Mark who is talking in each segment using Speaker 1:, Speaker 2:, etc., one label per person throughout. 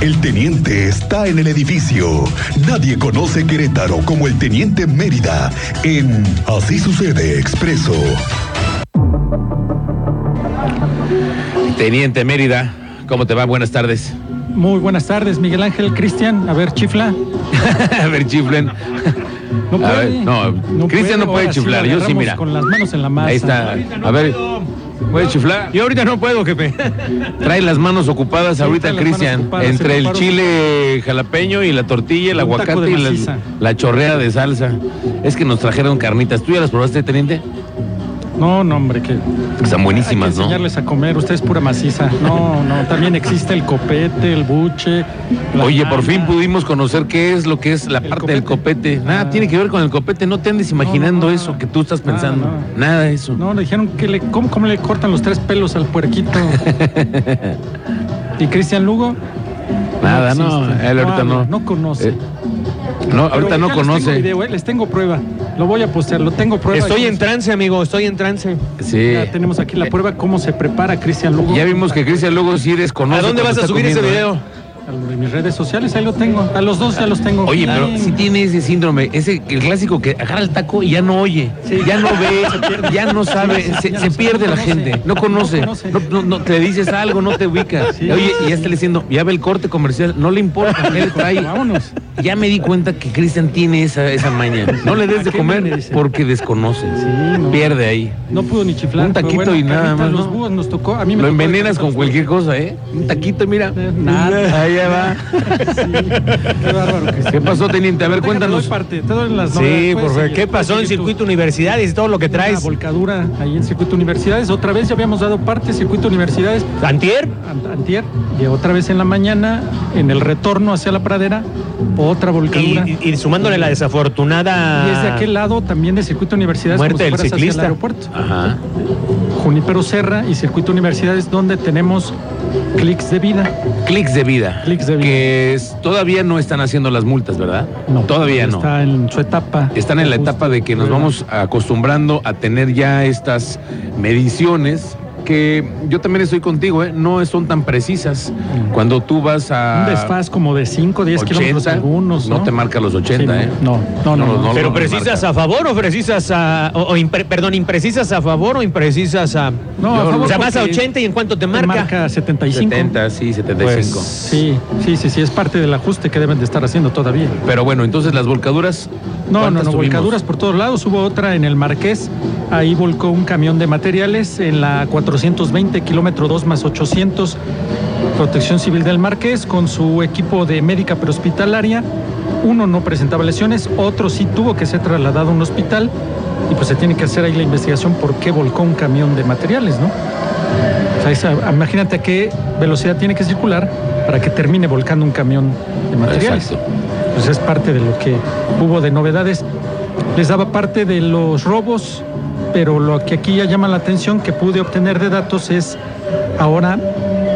Speaker 1: El teniente está en el edificio. Nadie conoce Querétaro como el teniente Mérida en Así sucede expreso.
Speaker 2: Teniente Mérida, ¿cómo te va? Buenas tardes.
Speaker 3: Muy buenas tardes, Miguel Ángel, Cristian. A ver, chifla.
Speaker 2: A ver, chiflen.
Speaker 3: No
Speaker 2: A ver,
Speaker 3: puede.
Speaker 2: no, Cristian no
Speaker 3: ahora
Speaker 2: puede chiflar,
Speaker 3: lo
Speaker 2: yo sí,
Speaker 3: agarramos
Speaker 2: mira.
Speaker 3: Con las manos en la masa.
Speaker 2: Ahí está. A ver, ¿puedes chiflar?
Speaker 4: Yo ahorita no puedo, jefe.
Speaker 2: Trae las manos ocupadas ahorita,
Speaker 3: trae las manos
Speaker 2: Cristian,
Speaker 3: ocupadas, se
Speaker 2: entre el
Speaker 3: preparó.
Speaker 2: chile jalapeño y la tortilla, el
Speaker 3: Un taco
Speaker 2: aguacate
Speaker 3: de
Speaker 2: y la,
Speaker 3: maciza.
Speaker 2: la chorrea de salsa. Es que nos trajeron carnitas. ¿Tú ya las probaste, teniente?
Speaker 3: No, no, hombre, que.
Speaker 2: Están
Speaker 3: hay
Speaker 2: buenísimas,
Speaker 3: que
Speaker 2: ¿no?
Speaker 3: enseñarles a comer, usted es pura maciza. No, no, también existe el copete, el buche. la
Speaker 2: Oye, por
Speaker 3: nana.
Speaker 2: fin pudimos conocer qué es lo que es la
Speaker 3: El
Speaker 2: parte del
Speaker 3: copete.
Speaker 2: copete. Nada
Speaker 3: Ah.
Speaker 2: tiene que ver con el copete, no te andes imaginando
Speaker 3: no,
Speaker 2: eso que tú estás
Speaker 3: nada,
Speaker 2: pensando. Nada,
Speaker 3: no.
Speaker 2: de eso.
Speaker 3: No, le dijeron que le. ¿Cómo, cómo le cortan los tres pelos al puerquito? ¿Y Cristian Lugo?
Speaker 2: nada, no,
Speaker 3: existe.
Speaker 2: él ahorita no.
Speaker 3: habla, No conoce.
Speaker 2: Eh, no, ahorita
Speaker 3: Pero
Speaker 2: no
Speaker 3: ya les tengo
Speaker 2: conoce.
Speaker 3: video, eh, les tengo prueba. Lo voy a postear, lo tengo prueba.
Speaker 4: Estoy
Speaker 3: Aquí
Speaker 4: en
Speaker 3: está.
Speaker 4: trance, amigo, estoy en trance.
Speaker 2: Sí.
Speaker 3: Ya tenemos aquí la prueba, cómo se prepara Cristian Lugo.
Speaker 2: Ya vimos que Cristian Lugo sí desconoce.
Speaker 4: ¿A dónde
Speaker 2: cuando
Speaker 4: vas a
Speaker 2: está
Speaker 4: subir
Speaker 2: comiendo,
Speaker 4: ese
Speaker 2: ¿eh?
Speaker 4: video?
Speaker 3: A lo de mis redes sociales, ahí lo tengo. A los dos ya los tengo.
Speaker 2: Oye, pero
Speaker 3: Ay,
Speaker 2: sí tiene ese síndrome, ese el clásico que agarra el taco y ya no oye, ya no ve, ya no sabe,
Speaker 3: Sí,
Speaker 2: se,
Speaker 3: ya
Speaker 2: se
Speaker 3: no-
Speaker 2: pierde
Speaker 3: no
Speaker 2: la
Speaker 3: conoce.
Speaker 2: gente, no conoce,
Speaker 3: No
Speaker 2: no,
Speaker 3: conoce.
Speaker 2: no- no- te dices algo, no te ubicas.
Speaker 3: Sí.
Speaker 2: Oye, y ya está diciendo, ya ve el corte comercial, no le importa, él trae.
Speaker 3: Vámonos.
Speaker 2: Ya me di cuenta que Cristian tiene esa, esa maña. No le des de
Speaker 3: ¿A qué me
Speaker 2: comer
Speaker 3: dice?
Speaker 2: porque desconoce,
Speaker 3: no.
Speaker 2: pierde ahí.
Speaker 3: No pudo ni chiflar.
Speaker 2: Un
Speaker 3: pero
Speaker 2: taquito y nada
Speaker 3: carnitas,
Speaker 2: más,
Speaker 3: Los
Speaker 2: ¿no?
Speaker 3: búhos nos tocó. A mí me
Speaker 2: Lo
Speaker 3: tocó de
Speaker 2: envenenas con
Speaker 3: carnitas.
Speaker 2: cualquier cosa, ¿eh? Un taquito, mira.
Speaker 3: Nada.
Speaker 2: Ahí ya va.
Speaker 3: Sí, qué bárbaro que
Speaker 2: ¿Qué pasó, teniente? A ver,
Speaker 3: Te
Speaker 2: cuéntanos.
Speaker 3: doy parte, te doy las pues,
Speaker 4: Sí,
Speaker 3: novedades, puedes
Speaker 4: por favor.
Speaker 3: seguir,
Speaker 4: ¿Qué
Speaker 3: puedes
Speaker 4: pasó en
Speaker 3: seguir tú.
Speaker 4: circuito universidades y todo lo que
Speaker 3: Una
Speaker 4: traes?
Speaker 3: volcadura ahí en Circuito Universidades. Otra vez ya habíamos dado parte Circuito Universidades
Speaker 4: ¿Antier?
Speaker 3: an- antier y otra vez en la mañana en el retorno hacia la pradera otra
Speaker 4: Y,
Speaker 3: volcadura.
Speaker 4: y- y sumándole la desafortunada.
Speaker 3: Y es de aquel lado también de Circuito Universidades
Speaker 4: Muerte del
Speaker 3: como si fueras hacia
Speaker 4: ciclista.
Speaker 3: el aeropuerto.
Speaker 2: Ajá.
Speaker 3: Junípero Serra y Circuito Universidades donde tenemos clics de vida.
Speaker 2: Clics de vida.
Speaker 3: Clics de vida.
Speaker 2: Que es- todavía no están haciendo las multas, ¿verdad? Todavía no.
Speaker 3: Está en su etapa.
Speaker 2: Están en la etapa de que nos vamos acostumbrando a tener ya estas mediciones que yo también estoy contigo, ¿eh? no son tan precisas. Cuando tú vas a...
Speaker 3: Mm. Un desfaz como de 5, 10 kilómetros
Speaker 2: 80,
Speaker 3: algunos. No,
Speaker 2: no te marca los
Speaker 3: Sí,
Speaker 2: 80, ¿eh?
Speaker 3: no,
Speaker 2: No,
Speaker 3: no, no, no,
Speaker 2: no,
Speaker 3: no.
Speaker 4: Pero
Speaker 2: no me
Speaker 4: precisas
Speaker 2: marca.
Speaker 4: a favor o precisas a. o- o impre- perdón, imprecisas a favor o imprecisas a.
Speaker 3: No, a favor
Speaker 4: o sea, vas a
Speaker 3: porque
Speaker 4: 80 y en cuánto te
Speaker 3: Te
Speaker 4: marca.
Speaker 3: marca 75.
Speaker 2: 70,
Speaker 3: Pues-
Speaker 2: sí, 75.
Speaker 3: Sí, sí, sí, sí, es parte del ajuste que deben de estar haciendo todavía.
Speaker 2: Pero bueno, entonces las volcaduras...
Speaker 3: No, no,
Speaker 2: ¿cuántas
Speaker 3: no,
Speaker 2: tuvimos?
Speaker 3: volcaduras por todos lados. Hubo otra en el Marqués. Ahí volcó un camión de materiales en la 420, kilómetro 2 más 800. Protección Civil del Marqués con su equipo de médica prehospitalaria. Uno no presentaba lesiones, otro sí tuvo que ser trasladado a un hospital. Y pues se tiene que hacer ahí la investigación por qué volcó un camión de materiales, ¿no? O sea, esa- imagínate a qué velocidad tiene que circular para que termine volcando un camión de materiales
Speaker 2: Exacto.
Speaker 3: pues es parte de lo que hubo de novedades. Les daba parte de los robos, pero lo que aquí ya llama la atención que pude obtener de datos es ahora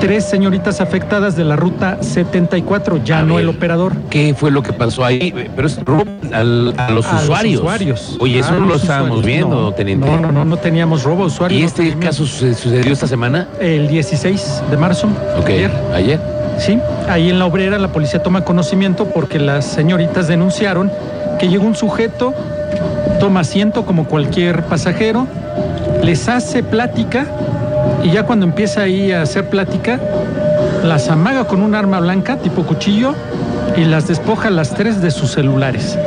Speaker 3: tres señoritas afectadas de la ruta 74, ya
Speaker 2: A
Speaker 3: no el
Speaker 2: ver.
Speaker 3: operador.
Speaker 2: ¿Qué fue lo que pasó ahí? Pero es robo al- a los
Speaker 3: A los
Speaker 2: usuarios.
Speaker 3: usuarios. Ah,
Speaker 2: Oye, eso
Speaker 3: A
Speaker 2: no lo
Speaker 3: los
Speaker 2: estábamos
Speaker 3: usuarios.
Speaker 2: viendo,
Speaker 3: No,
Speaker 2: teniente.
Speaker 3: No, no, no, no teníamos robo a usuario.
Speaker 2: ¿Y
Speaker 3: no
Speaker 2: este
Speaker 3: teníamos-
Speaker 2: caso su- sucedió esta semana?
Speaker 3: El 16 de marzo,
Speaker 2: Ok,
Speaker 3: ayer.
Speaker 2: ayer.
Speaker 3: Sí, ahí en la obrera la policía toma conocimiento porque las señoritas denunciaron que llegó un sujeto, toma asiento como cualquier pasajero, les hace plática y ya cuando empieza ahí a hacer plática, las amaga con un arma blanca tipo cuchillo y las despoja las tres de sus celulares.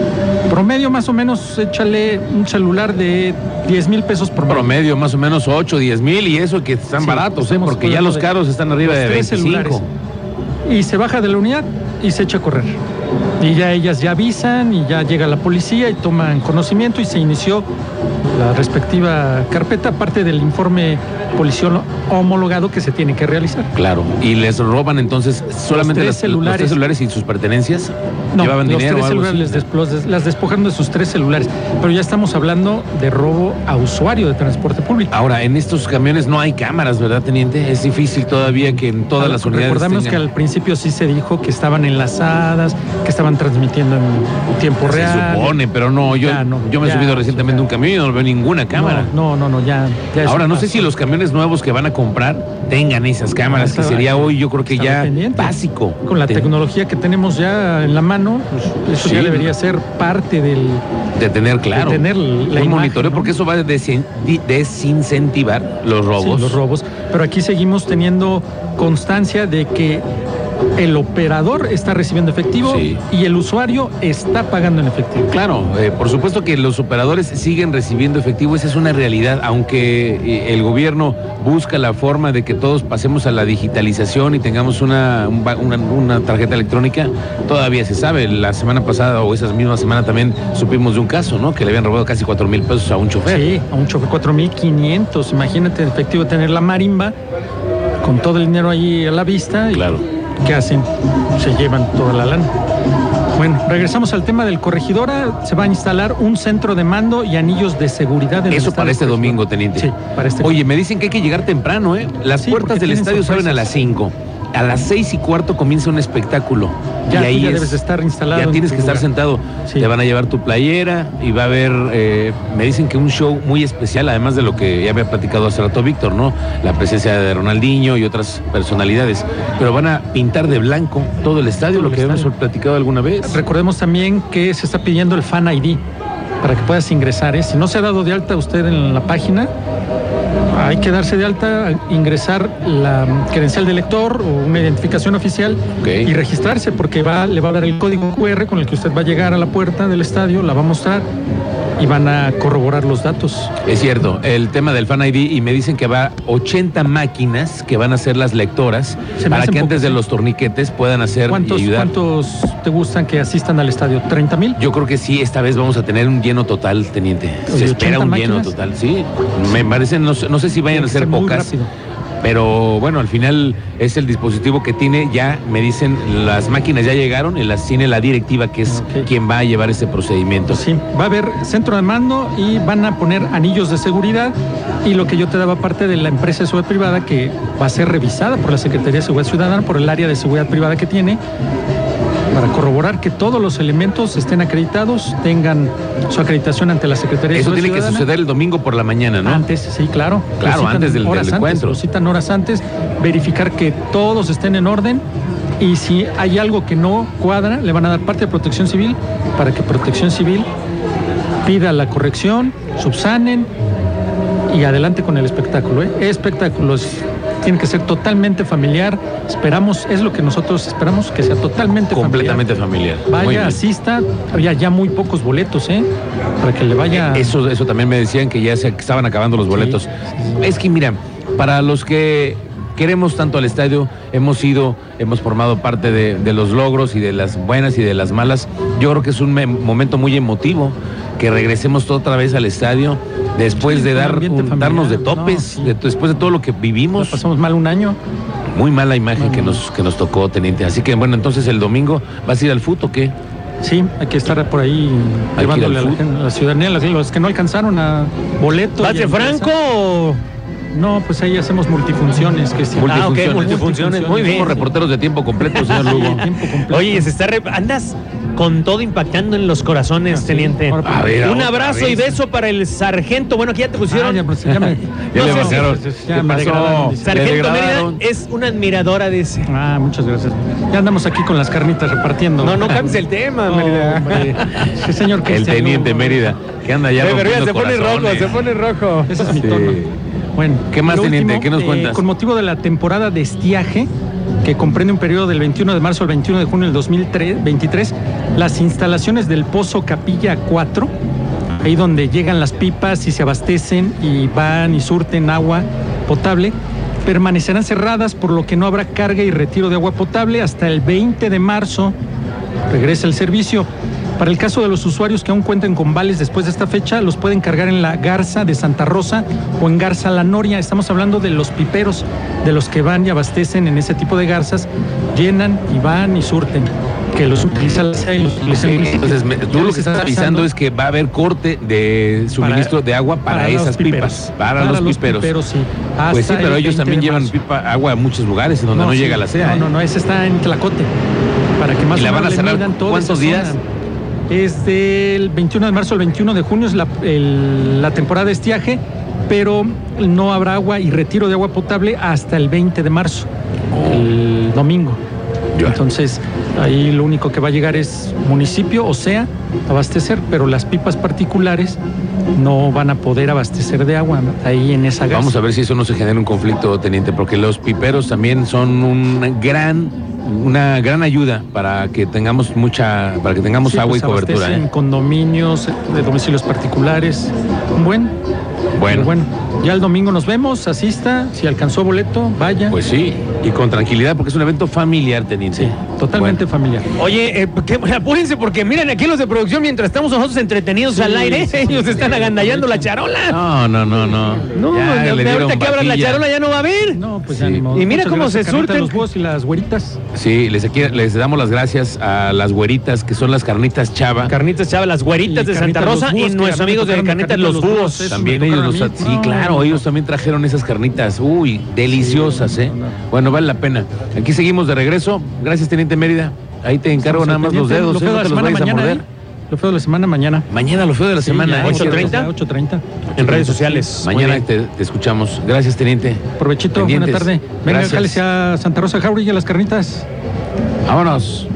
Speaker 3: Promedio más o menos, échale un celular de 10 mil pesos por mes.
Speaker 2: Promedio más o menos 8, 10 mil y eso que están
Speaker 3: Sí,
Speaker 2: baratos, ¿eh?
Speaker 3: estamos
Speaker 2: porque ya
Speaker 3: hablando
Speaker 2: los
Speaker 3: de
Speaker 2: caros están arriba
Speaker 3: los
Speaker 2: de
Speaker 3: tres
Speaker 2: 25.
Speaker 3: celulares. y se baja de la unidad y se echa a correr. Y ya ellas ya avisan y ya llega la policía y toman conocimiento y se inició la respectiva carpeta, parte del informe policial homologado que se tiene que realizar.
Speaker 2: Claro, y les roban entonces solamente las- los
Speaker 3: tres
Speaker 2: tres, celulares.
Speaker 3: celulares.
Speaker 2: y sus pertenencias.
Speaker 3: No,
Speaker 2: Llevaban
Speaker 3: los
Speaker 2: dinero
Speaker 3: tres
Speaker 2: o algo así.
Speaker 3: celulares les desplo- des- las despojaron de sus tres celulares, pero ya estamos hablando de robo a usuario de transporte público.
Speaker 2: Ahora, en estos camiones no hay cámaras, ¿verdad, teniente? Es difícil todavía que en todas las unidades.
Speaker 3: Recordamos
Speaker 2: tengan-
Speaker 3: que al principio sí se dijo que estaban enlazadas, que estaban transmitiendo en tiempo real.
Speaker 2: Se supone, pero no, yo,
Speaker 3: Ya no,
Speaker 2: yo me he
Speaker 3: ya,
Speaker 2: subido recientemente
Speaker 3: ya.
Speaker 2: a un camión y no veo ninguna cámara.
Speaker 3: No, no, no, no, ya. ya eso
Speaker 2: Ahora, no sé
Speaker 3: pasó.
Speaker 2: si los camiones nuevos que van a comprar tengan esas cámaras, que
Speaker 3: Estaba-
Speaker 2: sería hoy yo creo que
Speaker 3: estaba
Speaker 2: ya
Speaker 3: pendiente.
Speaker 2: básico.
Speaker 3: Con la
Speaker 2: de-
Speaker 3: tecnología que tenemos ya en la mano, pues, eso
Speaker 2: Sí.
Speaker 3: ya debería ser parte del.
Speaker 2: De tener claro.
Speaker 3: de tener la
Speaker 2: un
Speaker 3: imagen,
Speaker 2: monitoreo,
Speaker 3: ¿no?
Speaker 2: porque eso va a desin- di- desincentivar los robos.
Speaker 3: sí, los robos. Pero aquí seguimos teniendo constancia de que el operador está recibiendo efectivo
Speaker 2: Sí.
Speaker 3: y el usuario está pagando en efectivo.
Speaker 2: Claro, eh, por supuesto que los operadores siguen recibiendo efectivo, esa es una realidad, aunque eh, el gobierno busca la forma de que todos pasemos a la digitalización y tengamos una, un ba- una- una tarjeta electrónica, todavía se sabe, la semana pasada o esa misma semana también supimos de un caso, ¿no? Que le habían robado casi 4 mil pesos a un chofer.
Speaker 3: Sí, a un chofer 4.500. Imagínate en efectivo tener la marimba con todo el dinero ahí a la vista. y
Speaker 2: Claro.
Speaker 3: ¿Qué hacen? Se llevan toda la lana. Bueno, regresamos al tema del corregidora. Se va a instalar un centro de mando y anillos de seguridad. en el
Speaker 2: Eso
Speaker 3: estadio
Speaker 2: para este
Speaker 3: Corregidora.
Speaker 2: domingo, teniente.
Speaker 3: Sí, para este
Speaker 2: Oye, me dicen que hay que llegar temprano, ¿eh? Las
Speaker 3: Sí,
Speaker 2: puertas
Speaker 3: porque
Speaker 2: del
Speaker 3: tienen
Speaker 2: estadio se abren a
Speaker 3: sorpresas.
Speaker 2: las 5. A las seis y cuarto comienza un espectáculo.
Speaker 3: ya,
Speaker 2: y ahí
Speaker 3: tú ya
Speaker 2: es-
Speaker 3: debes de estar instalado.
Speaker 2: Ya
Speaker 3: en
Speaker 2: tienes
Speaker 3: tu
Speaker 2: que estar
Speaker 3: lugar.
Speaker 2: sentado.
Speaker 3: Sí.
Speaker 2: Te van a llevar tu playera y va a haber, eh, me dicen que un show muy especial, además de lo que ya había platicado hace rato Víctor, ¿no? La presencia de Ronaldinho y otras personalidades. Pero van a pintar de blanco todo el estadio,
Speaker 3: Todo
Speaker 2: lo
Speaker 3: el
Speaker 2: que habíamos
Speaker 3: estadio.
Speaker 2: platicado alguna vez.
Speaker 3: Recordemos también que se está pidiendo el Fan ID para que puedas ingresar. ¿eh? Si no se ha dado de alta usted en la página, hay que darse de alta, ingresar la mm, credencial de lector o una identificación oficial
Speaker 2: Ok.
Speaker 3: y registrarse porque va, le va a dar el código QR con el que usted va a llegar a la puerta del estadio, la va a mostrar y van a corroborar los datos.
Speaker 2: Es cierto, el tema del Fan ID y me dicen que va 80 máquinas que van a ser las lectoras
Speaker 3: Se me
Speaker 2: para
Speaker 3: hace
Speaker 2: que
Speaker 3: un poco,
Speaker 2: antes de
Speaker 3: sí.
Speaker 2: los torniquetes puedan hacer
Speaker 3: ¿Cuántos,
Speaker 2: y ayudar.
Speaker 3: ¿Cuántos te gustan que asistan al estadio? ¿30 mil?
Speaker 2: Yo creo que sí, esta vez vamos a tener un lleno total, teniente.
Speaker 3: ¿De
Speaker 2: Se espera
Speaker 3: 80
Speaker 2: un
Speaker 3: máquinas?
Speaker 2: lleno total, sí. Me parece, no, sé- no sé si vayan a ser pocas, pero bueno, al final es el dispositivo que tiene, ya me dicen, las máquinas ya llegaron y las tiene la directiva que es
Speaker 3: Ok.
Speaker 2: quien va a llevar ese procedimiento.
Speaker 3: Sí, va a haber centro de mando y van a poner anillos de seguridad y lo que yo te daba parte de la empresa de seguridad privada que va a ser revisada por la Secretaría de Seguridad Ciudadana, por el área de seguridad privada que tiene, para corroborar que todos los elementos estén acreditados, tengan su acreditación ante la Secretaría de
Speaker 2: Eso
Speaker 3: Seguridad
Speaker 2: tiene que
Speaker 3: Ciudadana.
Speaker 2: suceder el domingo por la mañana, ¿no?
Speaker 3: Antes, sí, claro.
Speaker 2: Claro,
Speaker 3: Lo citan
Speaker 2: antes del- del
Speaker 3: horas
Speaker 2: encuentro.
Speaker 3: Antes, lo citan horas antes, verificar que todos estén en orden y si hay algo que no cuadra, le van a dar parte de Protección Civil para que Protección Civil pida la corrección, subsanen y adelante con el espectáculo. ¿eh? Espectáculos. Tiene que ser totalmente familiar. Esperamos, es lo que nosotros esperamos, que sea totalmente
Speaker 2: Completamente
Speaker 3: familiar.
Speaker 2: familiar. Muy bien.
Speaker 3: Vaya, asista. Había ya muy pocos boletos, ¿eh? Para que le vaya.
Speaker 2: Eso, eso también me decían que ya se estaban acabando los boletos. Es que mira, para los que queremos tanto al estadio, hemos ido, hemos formado parte de, de los logros y de las buenas y de las malas. Yo creo que es un me- momento muy emotivo que regresemos to- otra vez al estadio después
Speaker 3: Sí,
Speaker 2: de
Speaker 3: un
Speaker 2: dar,
Speaker 3: ambiente
Speaker 2: un- darnos de
Speaker 3: familiar, ¿no?
Speaker 2: topes,
Speaker 3: Sí.
Speaker 2: de- después de todo lo que
Speaker 3: La
Speaker 2: vivimos.
Speaker 3: pasamos mal un año.
Speaker 2: Muy mala imagen que
Speaker 3: No, no.
Speaker 2: nos, que nos tocó, teniente. Así que bueno, entonces el domingo vas a ir al fut o qué?
Speaker 3: Sí, hay que estar por ahí
Speaker 2: Hay que ir al
Speaker 3: llevándole a la,
Speaker 2: fútbol.
Speaker 3: gente- a la ciudadanía, los, los que no alcanzaron a boleto.
Speaker 4: ¿Vas
Speaker 3: y
Speaker 4: de
Speaker 3: a
Speaker 4: Franco o
Speaker 3: ingresar. No, pues ahí hacemos multifunciones. Que sí.
Speaker 4: Ah, ok, multifunciones, muy bien.
Speaker 2: Somos reporteros de tiempo completo, señor Lugo.
Speaker 3: Ah, Sí, tiempo completo.
Speaker 4: Oye, se está re- andas con todo impactando en los corazones,
Speaker 3: Así,
Speaker 4: teniente.
Speaker 3: Ah, ahora-
Speaker 2: A ver,
Speaker 4: Un
Speaker 2: otra
Speaker 4: abrazo y
Speaker 2: vez.
Speaker 4: beso para el sargento. Bueno, aquí ya te
Speaker 3: Ah,
Speaker 4: pusieron.
Speaker 3: ya, pues, ya me-
Speaker 2: Ya le
Speaker 4: No sé,
Speaker 2: bajaron.
Speaker 3: pues,
Speaker 2: ¿Qué
Speaker 3: ya me
Speaker 2: pasó?
Speaker 3: degradaron, dice.
Speaker 2: Le
Speaker 4: Sargento Mérida
Speaker 2: degradaron.
Speaker 4: es una admiradora de ese.
Speaker 3: Ah, muchas gracias. Ya andamos aquí con las carnitas repartiendo.
Speaker 4: No, no cambies el tema,
Speaker 3: No,
Speaker 4: Mérida.
Speaker 3: hombre. Sí, señor
Speaker 2: El
Speaker 3: Cristian,
Speaker 2: teniente
Speaker 3: no.
Speaker 2: Mérida, que anda ya
Speaker 4: Ve, pero mira,
Speaker 2: rompiendo
Speaker 4: se pone rojo,
Speaker 2: corazones.
Speaker 4: se pone rojo.
Speaker 3: Ese es mi
Speaker 2: Sí.
Speaker 3: tono. Bueno,
Speaker 2: ¿Qué más,
Speaker 3: lo eh,
Speaker 2: teniente? ¿Qué nos cuentas?
Speaker 3: con motivo de la temporada de estiaje, que comprende un periodo del 21 de marzo al 21 de junio del 2023, las instalaciones del Pozo Capilla 4, ahí donde llegan las pipas y se abastecen y van y surten agua potable, permanecerán cerradas, por lo que no habrá carga y retiro de agua potable hasta el 20 de marzo regresa el servicio. Para el caso de los usuarios que aún cuenten con vales después de esta fecha, los pueden cargar en la Garza de Santa Rosa o en Garza La Noria. Estamos hablando de los piperos, de los que van y abastecen en ese tipo de garzas, llenan y van y surten, que los utiliza la CEA y los utiliza el
Speaker 2: Sí, Entonces, me-
Speaker 3: Ya
Speaker 2: tú lo
Speaker 3: les
Speaker 2: que
Speaker 3: está
Speaker 2: estás
Speaker 3: avisando
Speaker 2: avisando es que va a haber corte de suministro de agua para,
Speaker 3: los
Speaker 2: esas
Speaker 3: piperos,
Speaker 2: pipas, para, los, piperos.
Speaker 3: sí.
Speaker 2: Pues sí,
Speaker 3: Hasta
Speaker 2: pero
Speaker 3: el
Speaker 2: ellos
Speaker 3: 20 de
Speaker 2: también llevan
Speaker 3: marzo.
Speaker 2: pipa, agua a muchos lugares en donde no,
Speaker 3: sí,
Speaker 2: llega la sea. ¿eh?
Speaker 3: No, no, no, ese está en Tlacote. Para para que más
Speaker 2: ¿Y la
Speaker 3: o
Speaker 2: van
Speaker 3: menos
Speaker 2: a
Speaker 3: le
Speaker 2: cerrar
Speaker 3: midan toda
Speaker 2: cuántos
Speaker 3: esa
Speaker 2: días?
Speaker 3: zona. Es del 21 de marzo al 21 de junio es la, el- la temporada de estiaje, pero no habrá agua y retiro de agua potable hasta el 20 de marzo, el domingo.
Speaker 2: Oh. Ya.
Speaker 3: Entonces, ahí lo único que va a llegar es municipio, o sea, abastecer, pero las pipas particulares no van a poder abastecer de agua ahí en esa gas.
Speaker 2: Vamos a ver si eso no se genera un conflicto, teniente, porque los piperos también son un gran, una gran ayuda para que tengamos mucha, para que tengamos
Speaker 3: Sí,
Speaker 2: agua
Speaker 3: pues,
Speaker 2: y cobertura.
Speaker 3: abastecen
Speaker 2: ¿eh?
Speaker 3: condominios, de domicilios particulares. Un buen.
Speaker 2: Bueno,
Speaker 3: Pero bueno, ya el domingo nos vemos, asista, si alcanzó boleto, vaya.
Speaker 2: pues sí, y con tranquilidad, porque es un evento familiar, teniente.
Speaker 3: sí, totalmente familiar.
Speaker 4: Oye, eh, que- apúrense porque miren aquí los de producción, mientras estamos nosotros entretenidos
Speaker 3: Sí,
Speaker 4: al aire,
Speaker 3: sí, sí,
Speaker 4: ellos
Speaker 3: sí,
Speaker 4: están
Speaker 3: sí,
Speaker 4: agandallando la
Speaker 3: aprovechen.
Speaker 4: charola.
Speaker 2: Bueno. No, no, no, no.
Speaker 4: No,
Speaker 2: Ya
Speaker 4: de-
Speaker 2: le
Speaker 4: de
Speaker 2: dieron
Speaker 4: ahorita que abran la
Speaker 2: vaquilla.
Speaker 4: charola ya no va a haber.
Speaker 3: No, pues
Speaker 2: Sí.
Speaker 3: ya ni modo.
Speaker 4: Y mira cómo se
Speaker 3: Carlita,
Speaker 4: surten.
Speaker 3: los búhos y las güeritas.
Speaker 2: Sí, les, aquí- les damos las gracias a las güeritas, que son las carnitas chava.
Speaker 4: Carnitas Chava, las güeritas
Speaker 3: Y
Speaker 4: de Santa
Speaker 3: Carnitas Los
Speaker 4: Rosa
Speaker 3: Búhos,
Speaker 4: y
Speaker 3: que
Speaker 4: nuestros
Speaker 3: a mí me
Speaker 4: amigos de
Speaker 3: tocaron de
Speaker 4: Carnitas
Speaker 3: Carnitas
Speaker 4: Los
Speaker 3: Los
Speaker 4: Búhos.
Speaker 3: Búhos, eso
Speaker 2: También
Speaker 3: me
Speaker 2: ellos
Speaker 3: tocaron
Speaker 2: los...
Speaker 3: a mí.
Speaker 2: Sí,
Speaker 3: No,
Speaker 2: claro,
Speaker 3: no.
Speaker 2: ellos también trajeron esas carnitas. Uy, deliciosas,
Speaker 3: Sí,
Speaker 2: ¿eh?
Speaker 3: no, no.
Speaker 2: Bueno, vale la pena. Aquí seguimos de regreso. Gracias, Teniente Mérida. Ahí te encargo
Speaker 3: Estamos
Speaker 2: nada
Speaker 3: al
Speaker 2: más los
Speaker 3: pendiente.
Speaker 2: dedos,
Speaker 3: Lo
Speaker 2: ¿eh?
Speaker 3: feo de
Speaker 2: No
Speaker 3: la
Speaker 2: te los
Speaker 3: semana
Speaker 2: vayas a
Speaker 3: mañana.
Speaker 2: morder.
Speaker 3: ¿eh? Lo feo de la semana mañana.
Speaker 2: Mañana, lo feo de la
Speaker 3: Sí,
Speaker 2: semana.
Speaker 3: ya,
Speaker 2: ¿eh?
Speaker 4: 8:30.
Speaker 3: 8.30.
Speaker 4: En redes sociales.
Speaker 2: Mañana te, te escuchamos. Gracias, Teniente.
Speaker 3: Provechito,
Speaker 2: Pendientes.
Speaker 3: buena tarde. Venga,
Speaker 2: Gracias.
Speaker 3: jálese a Santa Rosa Jauregui a las carnitas.
Speaker 2: Vámonos.